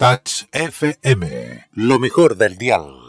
Touch FM. Lo mejor del dial.